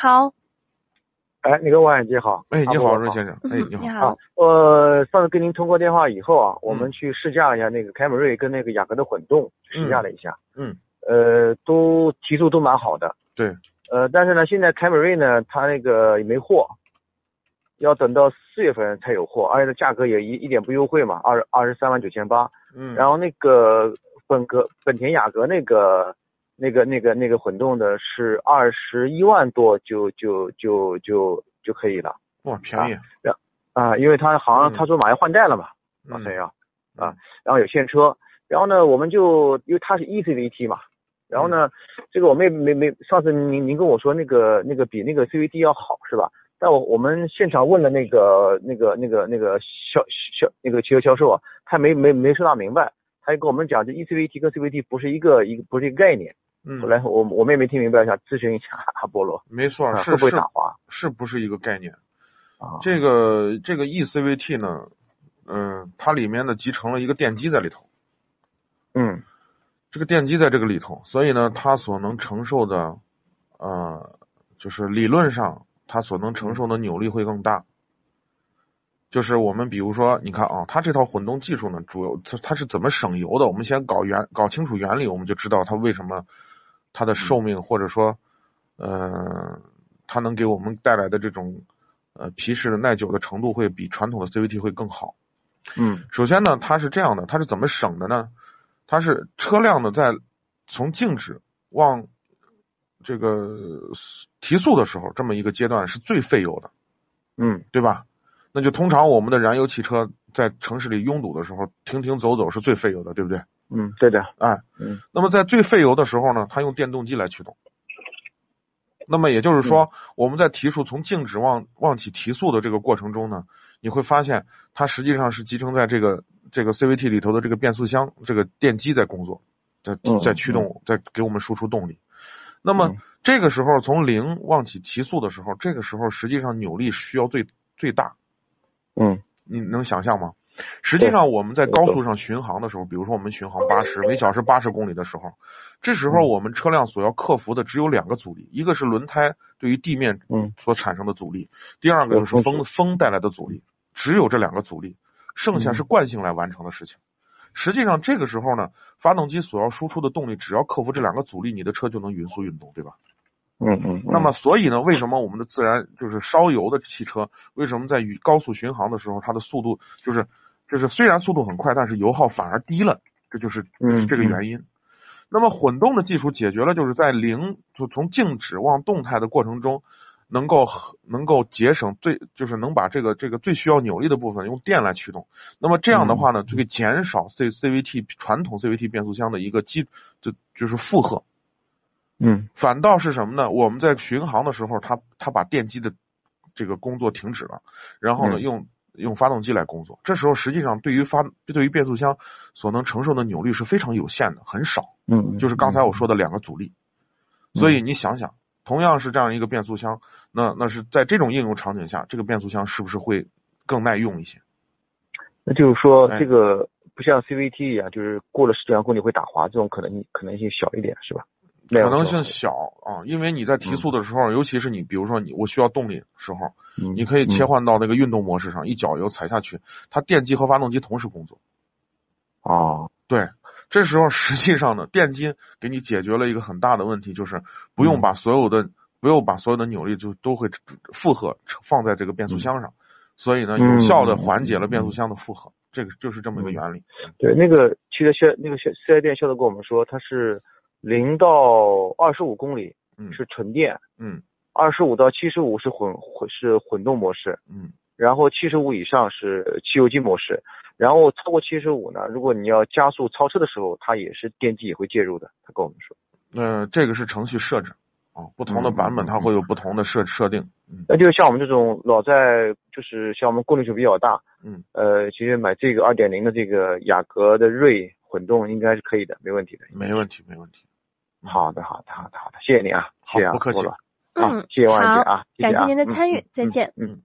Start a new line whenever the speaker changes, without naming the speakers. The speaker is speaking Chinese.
好，
哎，那个王远杰好。
哎，你
啊
好，
不
任先生。哎，你
你
好。
啊
好，，
呃，上次跟您通过电话以后啊，我
嗯
们去试驾了一下那个凯美瑞跟那个雅阁的混动，试驾了一下。
嗯。
呃，都提速都蛮好的。
对。
呃，但是呢，现在凯美瑞呢，它那个也没货，要等到四月份才有货，而且它价格也一一点不优惠嘛，二二十三万九千八。
嗯。
然后那个本格本田雅阁那个那个那个那个混动的是二十一万多就就就就就可以了
哇，便宜。
啊，因为他好像
嗯
他说马上换代了嘛，好像
嗯。
要啊，然后有现车，然后呢，我们就因为它是 E C V T 嘛，然后呢，
嗯
这个我们也没没上次您您跟我说那个那个比那个 C V T 要好是吧？但我我们现场问了那个那个那个那个销销那个汽车销售啊，他没没没说大明白，他就跟我们讲，这 E C V T 跟 C V T 不是一个一个不是一个概念。
嗯。
后来我我们也没听明白，想咨询一下阿波罗
没错
啊，会
是
不会
是
打滑
是不是一个概念？
啊？
这个这个 E ECVT 呢，嗯、它里面呢集成了一个电机在里头，
嗯
这个电机在这个里头，所以呢，它所能承受的，呃，就是理论上它所能承受的扭力会更大。就是我们比如说，你看啊，它这套混动技术呢，主要它它是怎么省油的？我们先搞原搞清楚原理，我们就知道它为什么它的寿命或者说，呃，它能给我们带来的这种呃皮实的耐久的程度会比传统的 CVT 会更好。
嗯
首先呢，它是这样的，它是怎么省的呢？它是车辆呢在从静止往这个提速的时候，这么一个阶段是最费油的，
嗯
对吧？那就通常我们的燃油汽车在城市里拥堵的时候，停停走走是最费油的，对不对？
嗯，对的，
哎，
嗯
那么在最费油的时候呢，它用电动机来驱动。那么也就是
嗯
说，我们在提速从静止往往起提速的这个过程中呢，你会发现它实际上是集成在这个这个 CVT 里头的这个变速箱这个电机在工作，在
嗯
在驱动，在给我们输出动力。那么这个时候从零往起提速的时候，这个时候实际上扭力需要最最大，
嗯
你能想象吗？实际上我们在高速上巡航的时候，比如说我们巡航八十每小时八十公里的时候，这时候我们车辆所要克服的只有两个阻力，一个是轮胎对于地面
嗯
所产生的阻力，第二个就是风风带来的阻力，只有这两个阻力，剩下是惯性来完成的事情。实际上这个时候呢，发动机所要输出的动力，只要克服这两个阻力，你的车就能匀速运动，对吧？
嗯嗯，
那么，所以呢，为什么我们的自然就是烧油的汽车，为什么在与高速巡航的时候，它的速度就是就是虽然速度很快，但是油耗反而低了，这就是
嗯
这个原因。那么混动的技术解决了，就是在零就从静止往动态的过程中，能够和能够节省最就是能把这个这个最需要扭力的部分用电来驱动。那么这样的话
嗯
呢，就会减少 C CVT 传统 CVT 变速箱的一个基就就是负荷。
嗯
反倒是什么呢？我们在巡航的时候，它它把电机的这个工作停止了，然后呢，
嗯
用用发动机来工作。这时候实际上对于发对于变速箱所能承受的扭力是非常有限的，很少，
嗯，
就是刚才我说的两个阻力。所以你想想，同样是这样一个变速箱，那那是在这种应用场景下，这个变速箱是不是会更耐用一些？
那就是说，
哎
这个不像 CVT 一样，就是过了十几万公里会打滑，这种可能可能性小一点，是吧？那
可
样
能
说
性小啊，因为你在提速的时候，尤其是你比如说你我需要动力的时候，
嗯
你可以切
嗯
换到那个运动模式上，一脚油踩下去，它电机和发动机同时工作。
哦，
对，这时候实际上呢，电机给你解决了一个很大的问题，就是不
嗯
用把所有的、不用把所有的扭力就都会负荷放在这个变速箱上，所以呢，有效的
嗯
缓解了变
嗯
速箱的负荷。这个就是这么一个
嗯
原理。
对，那个汽车销那个销四 S 店销售跟我们说，它是零到二十五公里
嗯
是纯电，
嗯
二十五到七十五是混混是混动模式，
嗯
然后七十五以上是汽油机模式，然后超过七十五呢，如果你要加速超车的时候，它也是电机也会介入的，他跟我们说。
呃，这个是程序设置啊，不同的
嗯
版本
嗯
它会有不同的设设定。嗯
那就像我们这种老在，就是像我们公里数比较大，
嗯，
呃，其实买这个二点零的这个雅阁的锐混动应该是可以的，没问题的。
没问题，没问题。
好的，好的，好的，好的，谢谢你啊，
嗯好
谢谢啊，
不客气
郭老
嗯
好，谢谢王姐
好
啊，谢谢
感谢
啊
您的
嗯
参与
嗯，
再
嗯
见。
嗯。